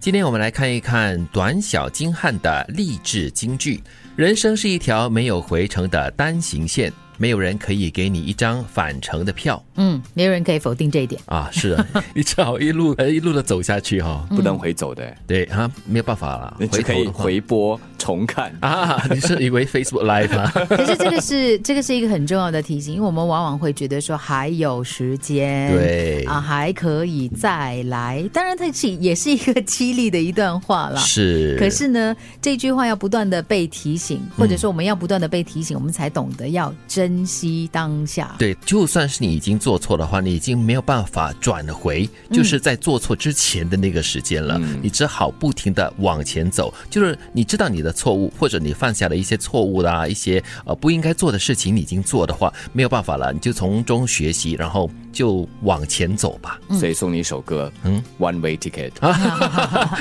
今天我们来看一看短小精悍的励志金句。人生是一条没有回程的单行线，没有人可以给你一张返程的票嗯，没有人可以否定这 一点。啊！是啊，你只好一路呃一路的走下去哈、嗯不能回走的，对啊，没有办法了，你回只可以头的话回播重看。啊！你是以为 Facebook Live 啊吗？可是这个是这个是一个很重要的提醒，因为我们往往会觉得说还有时间，对啊，还可以再来。当然，它是也是一个激励的一段话啦。是，可是呢，这句话要不断的被提醒，嗯或者说我们要不断的被提醒，我们才懂得要珍惜当下。对，就算是你已经做错的话，你已经没有办法转回，就是在做错之前的那个时间了。嗯嗯你只好不停的往前走，就是你知道你的错误，或者你犯下了一些错误啦，一些呃不应该做的事情，你已经做的话，没有办法了，你就从中学习，然后就往前走吧。所以送你一首歌，嗯啊嗯，One Way Ticket，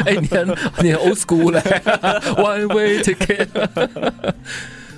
哎，你很你很 old school 嘞 ，one way ticket。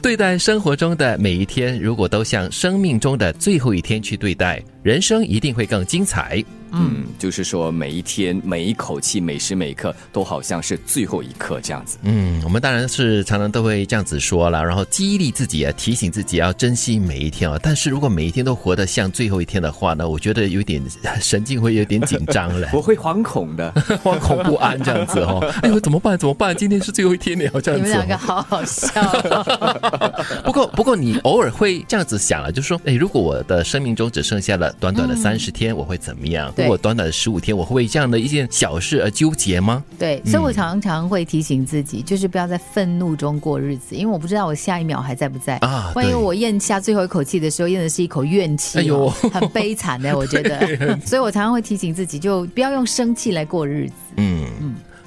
对待生活中的每一天，如果都像生命中的最后一天去对待，人生一定会更精彩。嗯，就是说每一天、每一口气、每时每刻都好像是最后一刻这样子。，嗯，我们当然是常常都会这样子说了，然后激励自己啊，提醒自己要珍惜每一天啊。但是如果每一天都活得像最后一天的话呢，我觉得有点呃神经会有点紧张了 我会惶恐的，惶恐不安这样子哦。哎呦，怎么办？怎么办？今天是最后一天了，这样你们子、哦。两个好好 笑哦、不过，不过你偶尔会这样子想了，就是说，哎，如果我的生命中只剩下了短短的三十天，我会怎么样？嗯对如果短短的十五天，我会为这样的一件小事而纠结吗？对，嗯所以我常常会提醒自己，就是不要在愤怒中过日子，因为我不知道我下一秒还在不在。啊，万一对我咽下最后一口气的时候，咽的是一口怨气、哦，哎呦 很悲惨的，我 觉得。所以我常常会提醒自己，就不要用生气来过日子。嗯，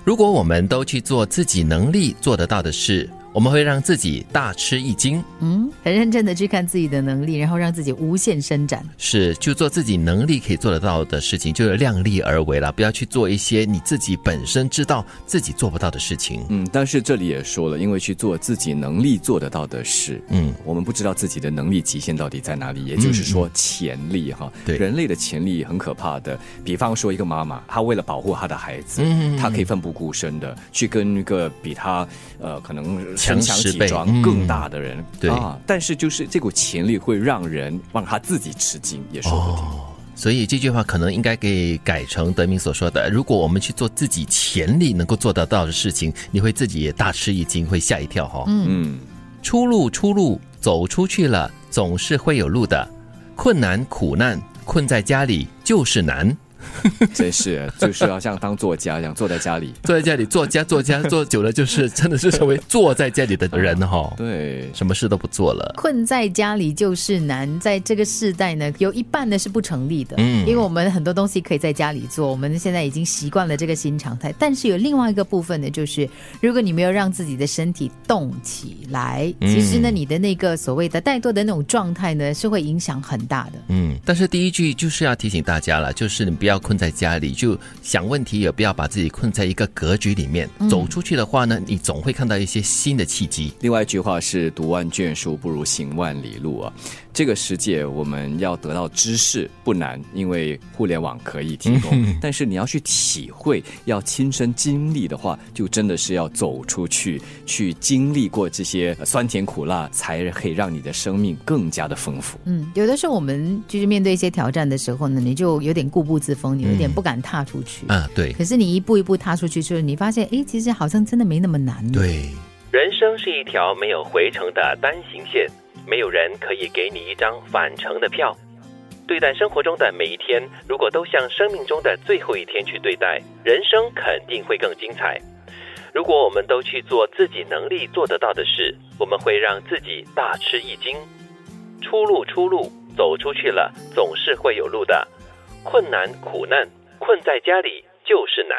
如果我们都去做自己能力做得到的事，我们会让自己大吃一惊。嗯，很认真的去看自己的能力，然后让自己无限伸展。是，就做自己能力可以做得到的事情，就是量力而为了，不要去做一些你自己本身知道自己做不到的事情。嗯，但是这里也说了，因为去做自己能力做得到的事，嗯，我们不知道自己的能力极限到底在哪里，也就是说潜力哈。对人类的潜力很可怕的。比方说，一个妈妈，她为了保护她的孩子，嗯她可以奋不顾身的去跟一个比她呃可能强身强十体倍壮嗯更大的人，对啊。但是就是这股潜力会让人让她自己吃惊，也哦说不定。所以这句话可能应该给改成德明所说的：如果我们去做自己潜力能够做得到的事情，你会自己也大吃一惊，会吓一跳哈、哦。嗯，出路，出路，走出去了，总是会有路的。困难，苦难，困在家里就是难。真是就是要像当作家一样坐在家里。坐在家里做家做家做久了，就是真的是成为坐在家里的人哈、哦，对，什么事都不做了。困在家里就是难，在这个世代呢，有一半呢是不成立的。嗯因为我们很多东西可以在家里做，我们现在已经习惯了这个新常态。但是有另外一个部分呢，就是如果你没有让自己的身体动起来，嗯其实呢，你的那个所谓的怠惰的那种状态呢，是会影响很大的。嗯，但是第一句就是要提醒大家了，就是你不要困在家里，就想问题也不要把自己困在一个格局里面。走出去的话呢，你总会看到一些新的契机。另外一句话是“读万卷书不如行万里路”啊，这个世界我们要得到知识不难，因为互联网可以提供，但是你要去体会、要亲身经历的话，就真的是要走出去，去经历过这些呃酸甜苦辣，才可以让你的生命更加的丰富。嗯，有的时候我们就是面对一些挑战的时候呢，你就有点固步自封，你有点不敢踏出去。啊，对可是你一步一步踏出去之后，你发现，哎，其实好像真的没那么难。。对，人生是一条没有回程的单行线，没有人可以给你一张返程的票。对待生活中的每一天，如果都像生命中的最后一天去对待，人生肯定会更精彩。如果我们都去做自己能力做得到的事，我们会让自己大吃一惊。出路，出路，走出去了，总是会有路的。困难，苦难，困在家里就是难。